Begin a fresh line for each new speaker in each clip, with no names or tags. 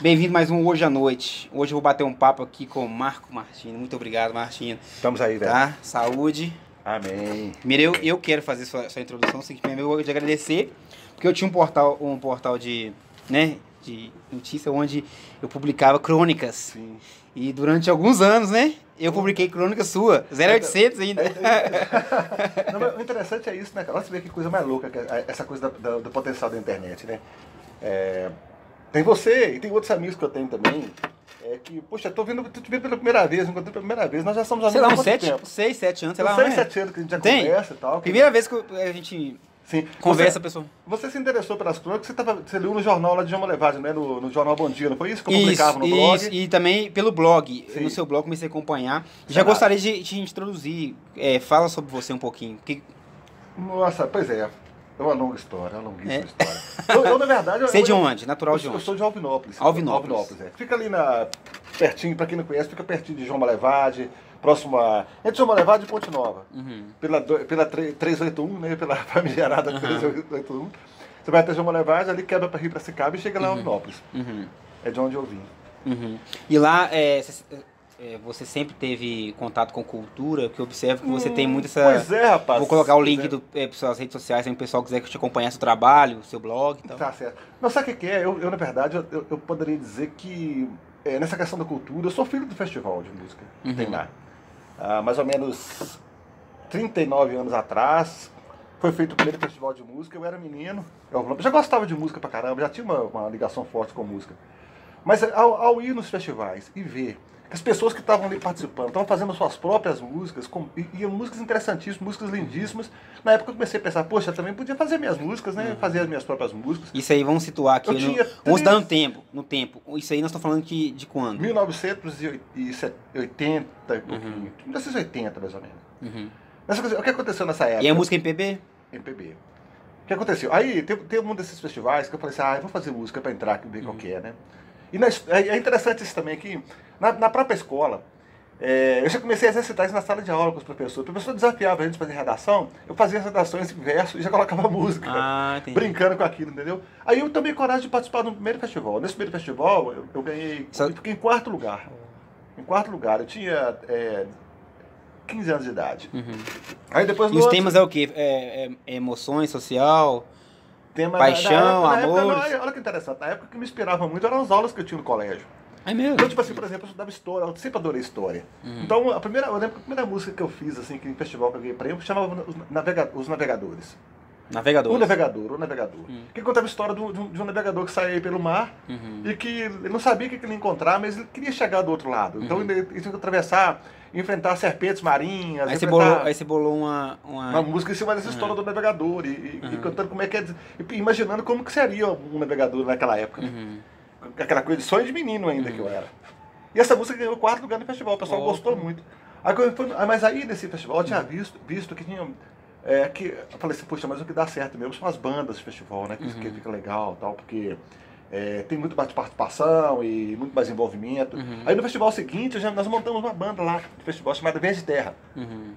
Bem-vindo mais um Hoje à Noite. Hoje eu vou bater um papo aqui com o Marco Martins. Muito obrigado, Martins.
Estamos aí, velho.
Tá? Saúde.
Amém.
Primeiro, eu, eu quero fazer sua, sua introdução. Assim, que primeiro eu vou te agradecer, porque eu tinha um portal, um portal de, né, de notícia onde eu publicava crônicas.
Sim.
E durante alguns anos, né? Eu publiquei crônica sua,
É,
0800 ainda.
Não, mas o interessante é isso, né? cara? Olha você vê que coisa mais louca, que é essa coisa da- da- do potencial da internet, né? É, tem você e tem outros amigos que eu tenho também. É que, poxa, tô vendo, tô te vendo pela primeira vez, me encontrei pela primeira vez, nós já somos
Sei
amigos
lá, uns
há quanto
7,
tempo?
6, 7 anos, sei
Uns
lá.
seis,
né?
sete anos que é a gente já
Tem.
conversa e tal. que-
Primeira vez que a gente
Sim.
conversa, pessoal.
Você, você se interessou pelas crônicas, você, tava, você leu no jornal lá de João Levade, né? No, no jornal Bom Dia, não foi isso que eu publicava no blog?
isso, e também pelo blog.
Sim.
No seu blog comecei a acompanhar. Já
Sei lá.
gostaria de te introduzir. É, fala sobre você um pouquinho. Que,
Nossa, pois é. É uma longa história, é uma longuíssima
É.
história. Eu, eu, na verdade... eu-
você é de
eu-
onde? Natural de
eu, eu
onde?
sou de Alvinópolis.
Alvinópolis.
é. Fica ali na. Pertinho, pra quem não conhece, fica pertinho de João Malevade, próximo a. Entre João Malevade e Ponte Nova.
Uhum.
Pela, do- pela tre- 381, né? Pela famigerada 381. Você vai até João Malevade, ali quebra pra Rio Piracicaba e chega lá em Alvinópolis.
Uhum.
É de onde eu vim.
Uhum. E lá, é, cê- é, você sempre teve contato com cultura, que eu observo que você tem muito essa.
Pois é, rapaz.
Vou colocar o link
Pois é.
do, é, pras suas redes sociais, aí o pessoal quiser que te acompanhe seu trabalho, seu blog e tal.
Tá certo. Não, sabe o que que é? Eu, eu, na verdade, eu, eu poderia dizer que é, nessa questão da cultura, eu sou filho do festival de música que tem
Uhum.
lá. Ah, mais ou menos 39 anos atrás, foi feito o primeiro festival de música, eu era menino, eu já gostava de música pra caramba, já tinha uma, uma ligação forte com música. Mas é, ao, ao ir nos festivais e ver que as pessoas que estavam ali participando estavam fazendo suas próprias músicas, com, e, e músicas interessantíssimas, músicas lindíssimas, na época eu comecei a pensar, poxa, eu também podia fazer minhas músicas, né? Fazer as minhas próprias músicas.
Isso aí, vamos situar aqui.
Eu
no-
tinha
Vamos
três-
dar um tempo, no tempo. Isso aí nós estamos falando que, de quando?
1980 e um pouquinho. 1980, mais ou menos.
Uhum.
Nessa coisa- o que aconteceu nessa época?
E é a música MPB?
MPB. O que aconteceu? Aí tem, tem um desses festivais que eu falei assim, ah, eu vou fazer música pra entrar aqui, ver qual que é, né? E na es- é é interessante isso também aqui, na, na própria escola, é, eu já comecei a exercitar isso na sala de aula com os professores. O professor desafiava a gente a fazer redação, eu fazia as redações em verso e já colocava música
Ah, entendi.
brincando com aquilo, entendeu? Aí eu tomei coragem de participar do primeiro festival. Nesse primeiro festival, eu, eu ganhei.
Só-
Eu fiquei em quarto lugar. Em quarto lugar. Eu tinha é, 15 anos de idade.
Uhum.
Aí depois
E
no
os
outro
temas é o quê? É, é- é emoções, social?
tema,
paixão,
na época, na
amores.
época, não, olha que interessante. Na época o que me inspirava muito eram as aulas que eu tinha no colégio.
É mesmo?
Então, tipo assim, por exemplo, eu estudava história, eu sempre adorei história.
Uhum.
Então, a primeira, eu lembro que a primeira música que eu fiz, assim, que em festival que eu ganhei prêmio, chamava Os Navega- Os Navegadores.
Navegador.
O navegador, o navegador.
Hum.
Que contava a história do- de, um, de um navegador que saía pelo mar
Uhum.
e que ele não sabia o que que ele ia encontrar, mas ele queria chegar do outro lado.
Uhum.
Então ele, ele tinha que atravessar, enfrentar serpentes marinhas,
Aí você
enfrentar
bolou, aí Uhum. você bolou uma, uma...
uma música em cima dessa história do navegador e, e-
Uhum.
e contando como é que é, e imaginando como que seria um navegador naquela época. né?
Uhum.
Aquela coisa de sonho de menino ainda que eu era. E essa música ganhou quarto lugar no festival, o pessoal
Ó.
gostou muito. Aí quando foi- ah, mas aí nesse festival eu tinha visto, visto que tinha. é, que, eu falei assim, poxa, mas o que dá certo mesmo são as bandas de festival, né? Que, que fica legal e tal, porque é, tem muito mais participação e muito mais envolvimento. Aí no festival seguinte, eu já- nós montamos uma banda lá de festival chamada Verde Terra.
Uhum.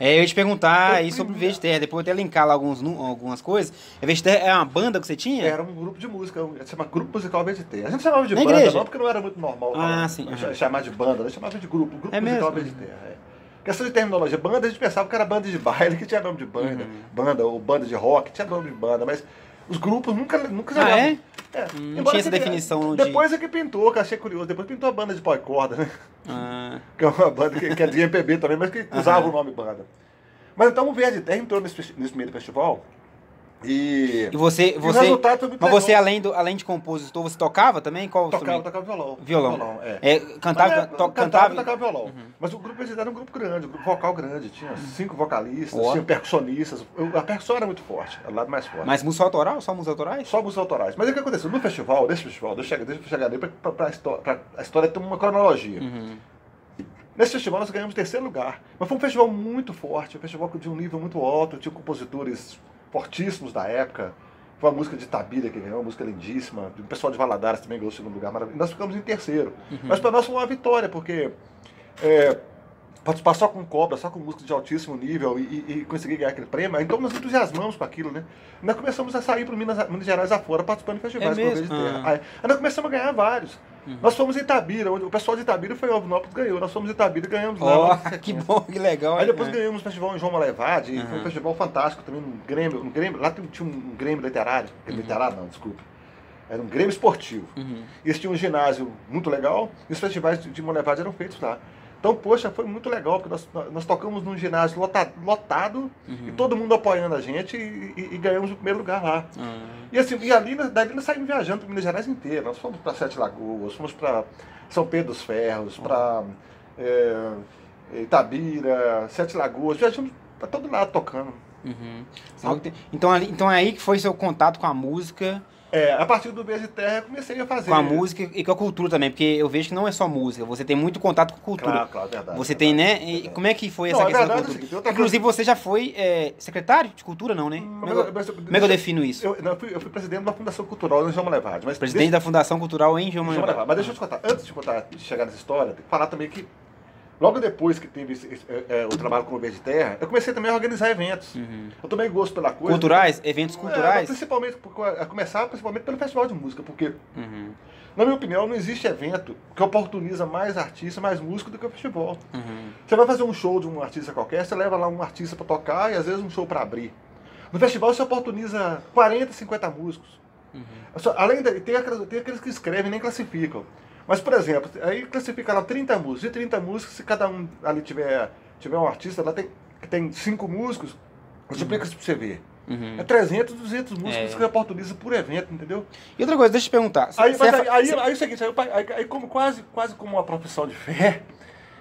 É, eu ia te perguntar
Eu
aí
fui-
sobre o Vester, depois eu até linkar lá alguns, nu- algumas coisas. A Vester é uma banda que você tinha?
Era um grupo de música, um- se chama Grupo Musical VDT. A gente chamava de
Na
banda,
igreja?
não, porque não era muito normal
Ah,
falar-
sim,
ch-
aham.
chamar de banda, né? chamava de grupo, Grupo
É
Musical
mesmo?
VDT. É. Questão de terminologia, banda a gente pensava que era banda de baile, que tinha nome de banda,
Uhum.
banda ou banda de rock, tinha nome de banda, mas os grupos nunca nunca
Ah,
chamavam-
é?
É,
Hum, não
embora
tinha essa
que-
definição de-
Depois é que pintou, que eu achei curioso, depois pintou a banda de pau e corda, né?
Ah,
que é uma banda que, que é de MPB também, mas que usava o nome banda. Mas então o Verde Terra entrou nesse, festi- nesse meio do festival e...
e você...
e
você...
o resultado foi muito
Mas
legal.
você, além, do, além de compositor, você tocava também? Qual
Tocava,
instrumento?
tocava violão.
Violão.
é.
É,
Mas,
cantava,
é,
to-
cantava,
cantava, Uhum.
tocava violão. Mas o grupo Presidente era um grupo grande, um grupo vocal grande. Tinha cinco vocalistas,
Ó.
tinha percussionistas. Eu- a percussão era muito forte, era o lado mais forte.
Mas música autoral? Só música autorais?
Só músicas autorais. Mas o que aconteceu? No festival, nesse festival, deixa eu chegar, deixa eu chegar ali pra, pra- pra histó- pra- a história tem uma cronologia.
Uhum.
Nesse festival nós ganhamos terceiro lugar. Mas foi um festival muito forte, um festival de um nível muito alto, tinha compositores fortíssimos da época. Foi uma música de Tabira que ganhou, uma música lindíssima. O pessoal de Valadares também
Uhum.
ganhou o segundo lugar maravilhoso. Nós ficamos em terceiro. Mas para nós foi uma vitória, porque é, participar só com cobra, só com música de altíssimo nível e, e- e conseguir ganhar aquele prêmio, então nos entusiasmamos com aquilo, né? Nós começamos a sair para Minas, Minas Gerais afora participando de festivais
É
por vez de
mesmo?
terra.
Ah.
Aí, aí nós começamos a ganhar vários.
Uhum.
Nós fomos em Itabira, onde o pessoal de Itabira foi Alvinópolis ganhou, nós fomos em Itabira e ganhamos
Ó,
lá.
que bom, que legal.
Aí depois
é.
ganhamos um festival em João Malevade, e foi um
Aham.
festival fantástico também, um Grêmio, um Grêmio lá tem- tinha um Grêmio literário, literário não, desculpa, era um Grêmio esportivo.
Uhum.
E Eles tinham um ginásio muito legal e os festivais de de Monlevade eram feitos lá. Então, poxa, foi muito legal, porque nós, nós tocamos num ginásio lota- lotado,
uhum.
e todo mundo apoiando a gente e, e- e ganhamos o primeiro lugar lá.
Ah,
E assim, e ali, nós- dali nós saímos viajando para Minas Gerais inteira. Nós fomos para Sete Lagoas, fomos para São Pedro dos Ferros, para Itabira, Sete Lagoas, viajamos para todo lado tocando.
uhum. Então, tem- Então, ali, então é aí que foi seu contato com a música,
É, a partir do Beijo de Terra eu comecei a fazer.
com a música e com a cultura também, porque eu vejo que não é só música, você tem muito contato com cultura.
Claro, claro, é verdade.
Você
verdade,
tem, né? E
verdade.
como é que foi
Não,
essa
é
questão
verdade,
da
é o seguinte,
cultura?
outra
Inclusive, você já foi é, secretário de cultura, não, né? Como é que eu-
Mas- mas-
como é que eu defino isso?
Eu, não, eu fui, eu fui presidente da Fundação Cultural em João Malevade. Mas
Presidente da Fundação Cultural em
deixa,
Gilmar.
João Malevade. Mas deixa eu te contar, antes de contar, de chegar nessa história, tem que falar também que logo depois que teve esse- esse, é, é, o trabalho com o Verde Terra, eu comecei também a organizar eventos.
Uhum.
Eu tomei gosto pela coisa.
Culturais? Eventos
É,
culturais?
principalmente, por- a começar principalmente pelo festival de música, porque,
Uhum.
na minha opinião, não existe evento que oportuniza mais artista, mais músico do que o festival.
Uhum.
Você vai fazer um show de um artista qualquer, você leva lá um artista pra tocar e às vezes um show pra abrir. No festival você oportuniza 40, 50 músicos.
Uhum.
Só- Além da, tem, aquelas- tem aqueles que escrevem e nem classificam. Mas, por exemplo, aí classifica lá 30 músicos. De 30 músicos, se cada um ali tiver, tiver um artista, lá tem, que tem 5 músicos, multiplica isso pra você ver.
Uhum.
É 300, 200 músicos
É.
que oportuniza por evento, entendeu?
E outra coisa, deixa eu te perguntar. Cê-
Aí,
cê
mas
é
aí,
fa-
aí,
cê-
aí é o seguinte, aí, eu pa- aí- aí como, quase, quase como uma profissão de fé,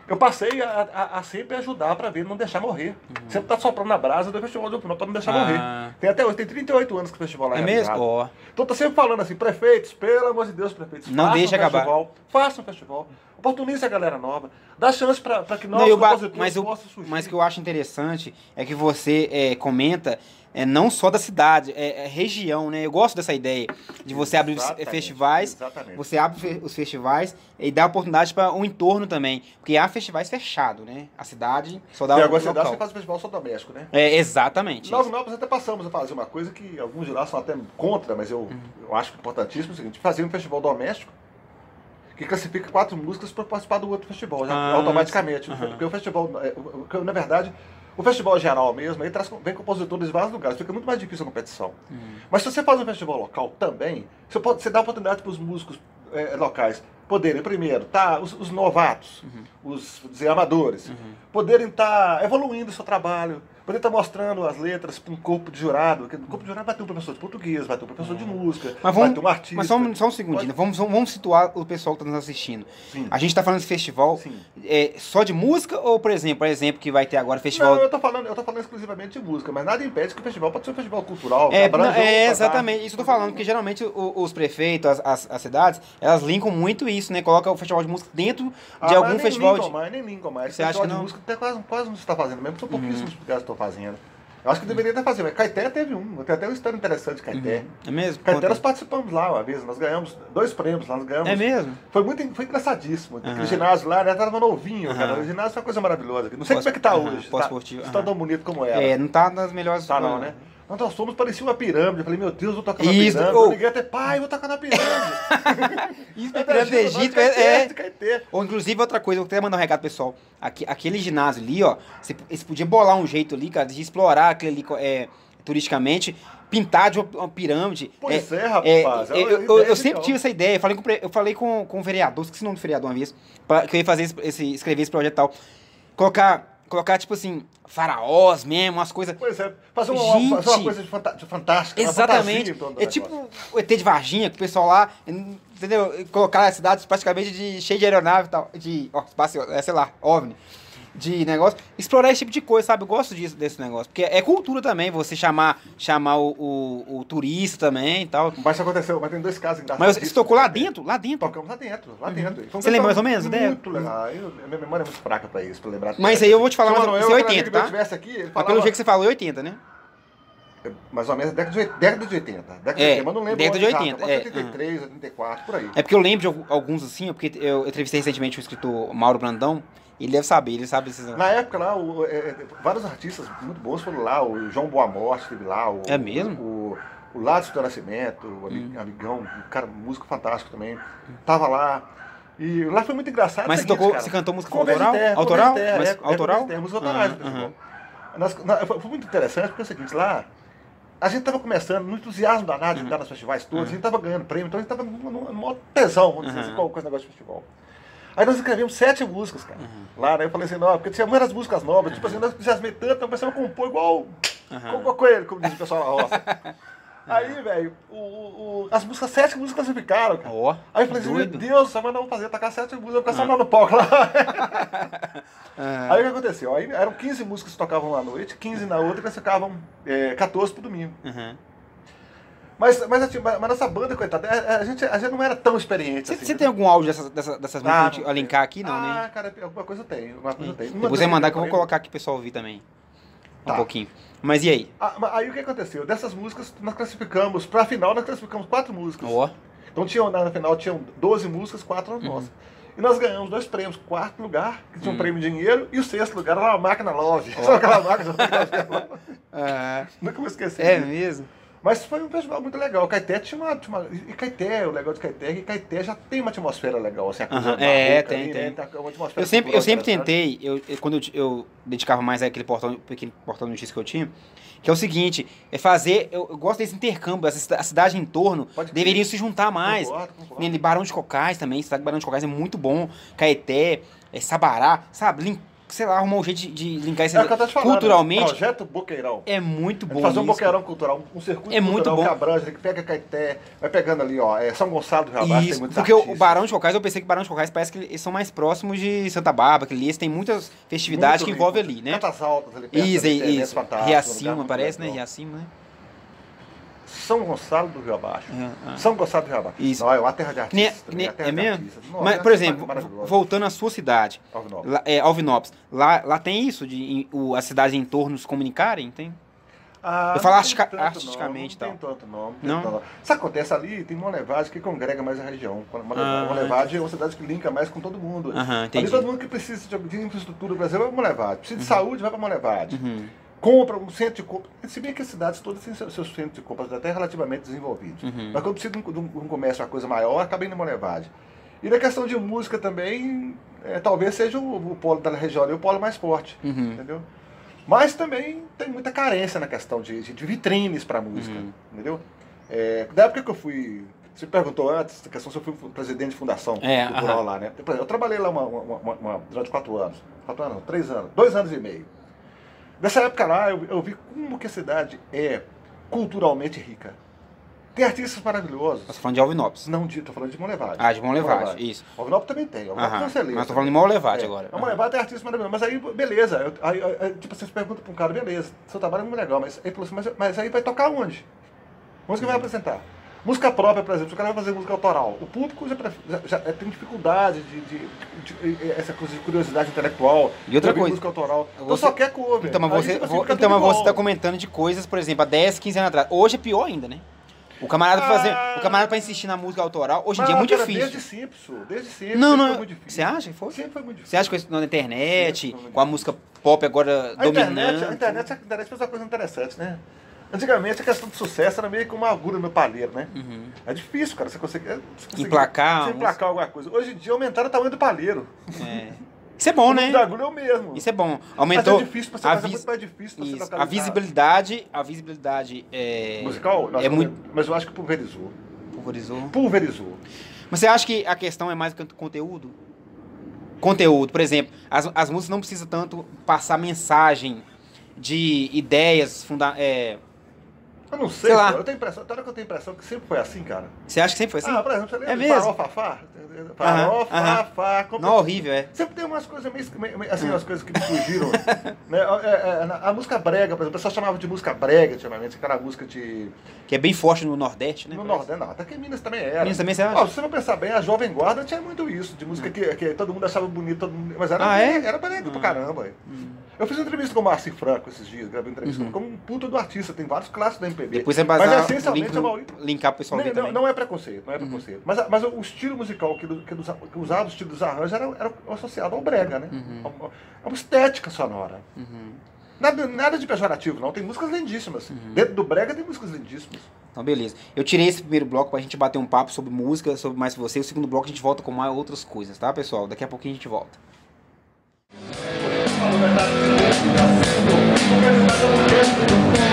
eu passei a, a- a sempre ajudar pra ver, não deixar morrer. Sempre tá soprando a brasa do festival de Opinão pra não deixar morrer.
Uhum. Ah,
Tem até hoje, tem 38 anos que o festival lá
É
é
mesmo?
realizado.
Ó.
Então tá sempre falando assim, prefeitos, pelo amor de Deus, prefeitos,
Não
façam
deixe
um
acabar.
festival, façam um festival, oportunize a galera nova, dá chance pra, pra que nós,
Não, e o ba-
compositores,
mas, o,
possam surgir.
mas o que eu acho interessante é que você é, comenta é, não só da cidade, é, é região, né? Eu gosto dessa ideia de você abrir os-
Exatamente,
festivais,
exatamente.
você abre fe- os festivais e dá oportunidade para o entorno também. Porque há festivais fechados, né? A cidade só dá
e
o
agora
local.
você dá, você faz o festival só doméstico, né?
É, exatamente.
Nós novos até passamos a fazer uma coisa que alguns de lá são até contra, mas eu, eu acho importantíssimo é o seguinte, fazer um festival doméstico que classifica quatro músicas para participar do outro festival, já,
Ah,
automaticamente.
aham.
Porque o festival, é, o- o- que, na verdade, o festival geral mesmo, aí traz, vem compositores de vários lugares, fica muito mais difícil a competição.
Uhum.
Mas se você faz um festival local também, você, pode, você dá oportunidade para os músicos é, locais poderem, primeiro, tá, os, os novatos, os vou dizer, amadores,
Uhum.
poderem estar evoluindo o seu trabalho, poderem estar mostrando as letras para um corpo de jurado, porque no corpo de jurado vai ter um professor de português, vai ter um professor de música,
Uhum. Mas
vai
vamos-
ter um artista.
Mas só um, só um segundinho, vamos, vamos situar o pessoal que está nos assistindo.
Sim,
A gente está falando de festival
sim.
é, só de música ou, por exemplo, por exemplo, que vai ter agora festival
Não, eu tô, falando, eu tô falando exclusivamente de música, mas nada impede que o festival pode ser um festival cultural, tá? que
É,
abrange
não, é,
outras
exatamente.
artes.
Isso eu tô falando, porque geralmente o- os prefeitos, as, as- as cidades, elas linkam muito isso, né? Colocam o festival de música dentro
Ah,
de
mas
algum
nem
festival
Lincoln
de.
mais, nem Lincoln mais.
Você acha
Festival
que
de
não? Uhum.
música até quase, quase não está fazendo mesmo, são pouquíssimos lugares que estão fazendo. Eu acho que deveria estar fazendo, mas Caeté teve um, tem até uma história interessante de Caeté.
É mesmo?
Caeté
Conta.
nós participamos lá uma vez, nós ganhamos dois prêmios lá, nós ganhamos.
É mesmo?
Foi muito foi engraçadíssimo.
Aham.
O ginásio lá, né, tava novinho,
Aham.
cara. O ginásio é uma coisa maravilhosa. Não sei
Pós-
como é que tá
aham,
hoje. se tá-
pós-esportivo,
Se tá
aham.
tão bonito como era.
É, não tá nas melhores.
Tá não, né? Nós nós fomos, parecia uma pirâmide. Eu falei, meu Deus, vou tocar na
Isso,
pirâmide.
ô.
Eu liguei até, pai, vou tocar na pirâmide.
Isso é
Eu
pirâmide do
imagino,
Egito,
nós,
é.
Caeté,
é.
Caeté.
Ou inclusive outra coisa, eu vou até mandar um recado pessoal. Aqui, aquele ginásio ali, ó, você, você podia bolar um jeito ali, cara, de explorar aquele ali co- é, turisticamente, pintar de uma, uma pirâmide. é,
Pois é,
É,
rapaz.
eu,
é uma
eu- eu
ideia
sempre
genial.
tive essa ideia. Eu falei com, o pre- eu falei com, com o vereador, esqueci o nome do vereador uma vez, pra- que eu ia fazer esse, esse- escrever esse projeto e tal. Colocar, colocar, tipo assim, faraós mesmo, umas coisas.
Pois é, fazer uma,
Gente!
fazer uma coisa de fanta- de fantástica. uma fantasia
Exatamente.
em torno do
É
negócio.
tipo o ET de Varginha, que o pessoal lá, entendeu? Colocar as cidades praticamente de, cheio de aeronave e tal, de, ó, espaço, é, sei lá, OVNI, de negócio. Explorar esse tipo de coisa, sabe? Eu gosto disso, desse negócio. Porque é cultura também, você chamar, chamar o, o- o turista também e tal.
Mas isso aconteceu, mas tem dois casos engraçados.
Mas você tocou
é
lá dentro, lá dentro.
Tocamos lá dentro, lá dentro. Foi um
Você lembra mais ou
festival
menos a ideia?
Muito legal. Ah, eu- minha memória é muito fraca pra isso, pra lembrar.
Mas aí eu vou te falar,
Se o
mas
Manuel,
você é
aquele
80,
amigo meu,
tá?
tivesse aqui, ele
Mas
falava
pelo jeito que você falou, é 80, né?
mais ou menos década de, oit- década de 80. Década
É,
de 80, mas não lembro.
década de
onde já,
80,
pode ser
é,
83, 84, por aí.
É porque eu lembro de algu- alguns assim, ó, porque eu eu entrevistei recentemente o escritor Mauro Brandão, Ele deve saber, ele sabe esses
Na época lá, o- é, é, vários artistas muito bons foram lá. O João Boa Morte esteve lá. O,
É mesmo? Hum.
O, o Lácio do Nascimento, o ami- amigão, um cara, músico fantástico também. Tava lá. E lá foi muito engraçado.
Mas
o
você
seguinte,
tocou,
cara.
você cantou música
Conversa
autoral?
interna,
autoral?
conversa interna,
Mas
é, é,
autoral?
conversa interna, música autorais do
Aham, aham.
festival. Nós- na- foi foi muito interessante porque é o seguinte, lá a gente estava começando, no entusiasmo danado de estar nos festivais todos, a gente estava ganhando prêmio, então a gente estava no, no, no maior tesão, vamos dizer
Aham.
assim, com, com esse negócio de festival. Aí nós escrevemos sete músicas, cara.
Uhum.
Lá, né? Eu falei assim, não, porque tinha muitas músicas novas, tipo assim, nós entusiasmei tanto, nós começamos a compor igual
Aham.
Cocô Coelho, como diz o pessoal na roça.
Uhum.
Aí, velho, o- o- o- as músicas, sete músicas ficaram, cara.
Ó,
Aí eu falei assim, meu
doido. Uhum.
Deus, mas não vou fazer, tacar sete músicas, eu vou ficar só lá no palco lá. Aí o que aconteceu? Aí eram 15 músicas que tocavam lá à noite, 15 na outra, e nós tocavam é, 14 pro domingo.
Aham.
Mas, mas, assim, mas mas nossa banda, coitada, é, a, a gente, a gente não era tão experiente.
Você
assim,
você
né?
tem algum áudio dessas, dessas, dessas
Ah,
músicas pra gente
não.
alincar aqui? Não,
ah,
né?
cara, alguma coisa tem, alguma coisa tem. Uma
Depois
das-
você mandar que eu vou colocar aqui pro pessoal ouvir também. Um
Tá.
pouquinho. Mas e aí?
Ah, mas aí o que aconteceu? Dessas músicas, nós classificamos, pra final, nós classificamos quatro músicas.
Ó, Uhum.
Então tinham, na final tinham 12 músicas, quatro eram nossas. E nós ganhamos dois prêmios. Quarto lugar, que tinha um prêmio de dinheiro, e o sexto lugar era uma máquina love. Sabe aquela máquina?
ah,
Nunca vou esquecer.
é mesmo?
Mas foi um festival muito legal. O Caeté tinha uma. tinha uma- e Caeté, o legal de Caeté é que Caeté já tem uma atmosfera legal. Assim, a coisa
Aham, é,
barroca
tem,
ali,
tem.
Né? Uma atmosfera
Eu sempre, eu
cultural né?
sempre
interessante.
tentei, eu, eu- quando eu, ti- eu dedicava mais àquele portal, aquele portal de notícias que eu tinha, que é o seguinte, é fazer, eu, eu gosto desse intercâmbio, essa cida- a cidade em torno
Pode crer.
deveriam se juntar mais.
Concordo, concordo.
Ele Barão de Cocais também, cidade de Barão de Cocais é muito bom. Caeté, é, Sabará, sabe? Lim- sei lá, arrumar um jeito de, de linkar isso.
É o que eu tô te falando,
culturalmente,
Projeto Boqueirão.
é muito bom.
fazer um
isso.
boqueirão cultural, um circuito
É muito
cultural
bom.
que abrange, que pega Caeté, vai pegando ali, ó, é São Gonçalo do Rio Abaixo, tem
Isso,
muitos
porque o- o
artistas.
Barão de Cocais, eu pensei que o Barão de Cocais parece que eles são mais próximos de Santa Bárbara, que ali eles têm muitas festividades
Muito
que
rico.
envolvem ali, né?
Catas altas ali perto,
Isso, é
ali, tem
isso.
Ernesto Fantasma, um lugar
Riacima,
muito
parece, né?
legal.
Riacima, né?
São Gonçalo do Rio Abaixo.
É, é.
São Gonçalo do Rio Abaixo.
Isso.
Não, é uma terra de
Que nem-
artistas.
que nem-
também, uma terra
é
de
mesmo?
artistas. Não, é
Mas,
uma
por
coisa
exemplo,
maravilhosa.
voltando à sua cidade,
Alvinópolis.
lá- é, Alvinópolis, lá, lá tem isso de em- o- as cidades em torno se comunicarem, tem?
Ah,
Eu falo
não
artistica-
tem tanto
artisticamente
não,
e
não tem tanto nome. Não.
Não?
tem tanto, não. Isso acontece ali, tem uma levagem que congrega mais a região.
Ah,
Uma levagem é uma cidade que linka mais com todo mundo.
Aham,
Ali
entendi.
todo mundo que precisa de, de infraestrutura no Brasil vai pra Molevade. Precisa de saúde, vai pra Molevade.
Uhum,
Compra um centro de compra. Se bem que as cidades todas têm seus, seus centros de compras até relativamente desenvolvidos.
uhum.
Mas quando precisa de um, de um- de um comércio, uma coisa maior, acaba indo em Molevade. E na questão de música também, é, talvez seja o, o polo da região ali, o polo mais forte.
Uhum.
Entendeu? Mas também tem muita carência na questão de, de- de vitrines para música,
Uhum.
entendeu? É, da época que eu fui. Você perguntou antes, a questão se eu fui um presidente de fundação
É,
cultural
aham.
lá, né? Por exemplo, Eu trabalhei lá uma, uma- uma- uma- durante quatro anos. Quatro anos, não, três anos, dois anos e meio. Nessa época lá, eu, eu vi como que a cidade é culturalmente rica. Tem artistas maravilhosos.
Nós tô tá falando de Alvinópolis.
Não, de, tô falando de Monlevade.
Ah, de Bom Levade,
Monlevade.
isso.
Alvinópolis também tem. Alvinópolis é
Aham.
um excelente.
Mas tô falando de Mão Levade
É,
agora.
A mulher vai ter artista maravilhoso. Mas aí, beleza. eu- aí, aí- aí, tipo, vocês perguntam pra um cara, beleza, seu trabalho é muito legal, mas, ele falou assim, mas, mas aí vai tocar onde?
Hum.
Onde que vai apresentar? Música própria, por exemplo, se o cara vai fazer música autoral, o público já, pref- já- já tem dificuldade de, de- de- de- essa coisa de curiosidade intelectual.
E outra
de
coisa,
ouvir música autoral. Então
você-
só quer cover.
Então, mas
Aí,
você,
tipo assim,
vo-
fica
então, mas
tudo
você
igual.
tá comentando de coisas, por exemplo, há 10, 15 anos atrás. Hoje é pior ainda, né? O camarada pra fazer,
Ah.
o camarada pra insistir na música autoral, hoje em
Mas,
dia é muito
Ah, cara,
difícil.
Desde sempre, senhor, desde sempre.
Não,
sempre foi
não.
muito difícil.
Você acha que foi?
Sempre foi muito difícil.
Você acha que é isso na internet,
Sempre foi
com a música pop agora
é A internet,
dominante?
a internet, a internet fez uma coisa interessante, né? Antigamente a questão do sucesso era meio que uma agulha no palheiro, né?
Uhum.
É difícil, cara, você conseguir. é, você conseguir-
Emplacar
Você
uns-
emplacar um alguma coisa. Hoje em dia aumentaram o tamanho do palheiro.
É. Isso é bom,
O
né?
número da agulha é o mesmo.
Isso é bom.
Mas
Aumentou
é difícil pra você
a
mas é
vis-
muito mais difícil pra você
isso.
localizar.
a visibilidade, a visibilidade é
Musical? Nós
é
vamos-
muito
Mas eu acho que pulverizou.
pulverizou.
Pulverizou.
Mas você acha que a questão é mais o conteúdo? Conteúdo, por exemplo, as, as músicas não precisam tanto passar mensagem de ideias funda é,
Eu não sei,
Sei lá.
cara, eu tenho a impressão, tem hora que eu tenho a impressão que sempre foi assim, cara.
Você acha que sempre foi assim?
Ah, por exemplo, você lembra
É
de
mesmo?
farofa, fá? Farofa,
aham.
fá, compra-
não, horrível, é.
Sempre tem umas coisas meio, meio- meio- assim, umas coisas que me fugiram, né? Né? É, é, na- a música brega, por exemplo, o pessoal chamava de música brega antigamente, que era a música de.
Que é bem forte no Nordeste, né?
No
parece.
Nordeste, não, até que em Minas também era.
Minas também você acha?
Ó, se você não pensar bem, a Jovem Guarda tinha muito isso, de música que, que todo mundo achava bonito, todo mundo- mas era,
Ah, é?
era brega pra caramba.
Hum.
Eu fiz uma entrevista com o Márcio Franco esses dias, gravei uma entrevista
Uhum.
como um puta do artista, tem vários clássicos da MPB.
Depois é
mas
basear o
essencialmente
link
a Maurício.
no, linkar pro pessoal
Não,
ver
não,
também. Uhum.
não é preconceito, não é preconceito. Mas, a- mas o estilo musical que, que, dos- que usava, o estilo dos arranjos, era, era associado ao brega, né?
Uhum.
É uma- É uma estética sonora.
Uhum.
Nada, nada de pejorativo, não. Tem músicas lindíssimas. Dentro do brega tem músicas lindíssimas.
Então, beleza. Eu tirei esse primeiro bloco pra gente bater um papo sobre música, sobre mais você. O segundo bloco a gente volta com mais outras coisas, tá, pessoal? Daqui a pouquinho a gente volta.
Mas eu não quero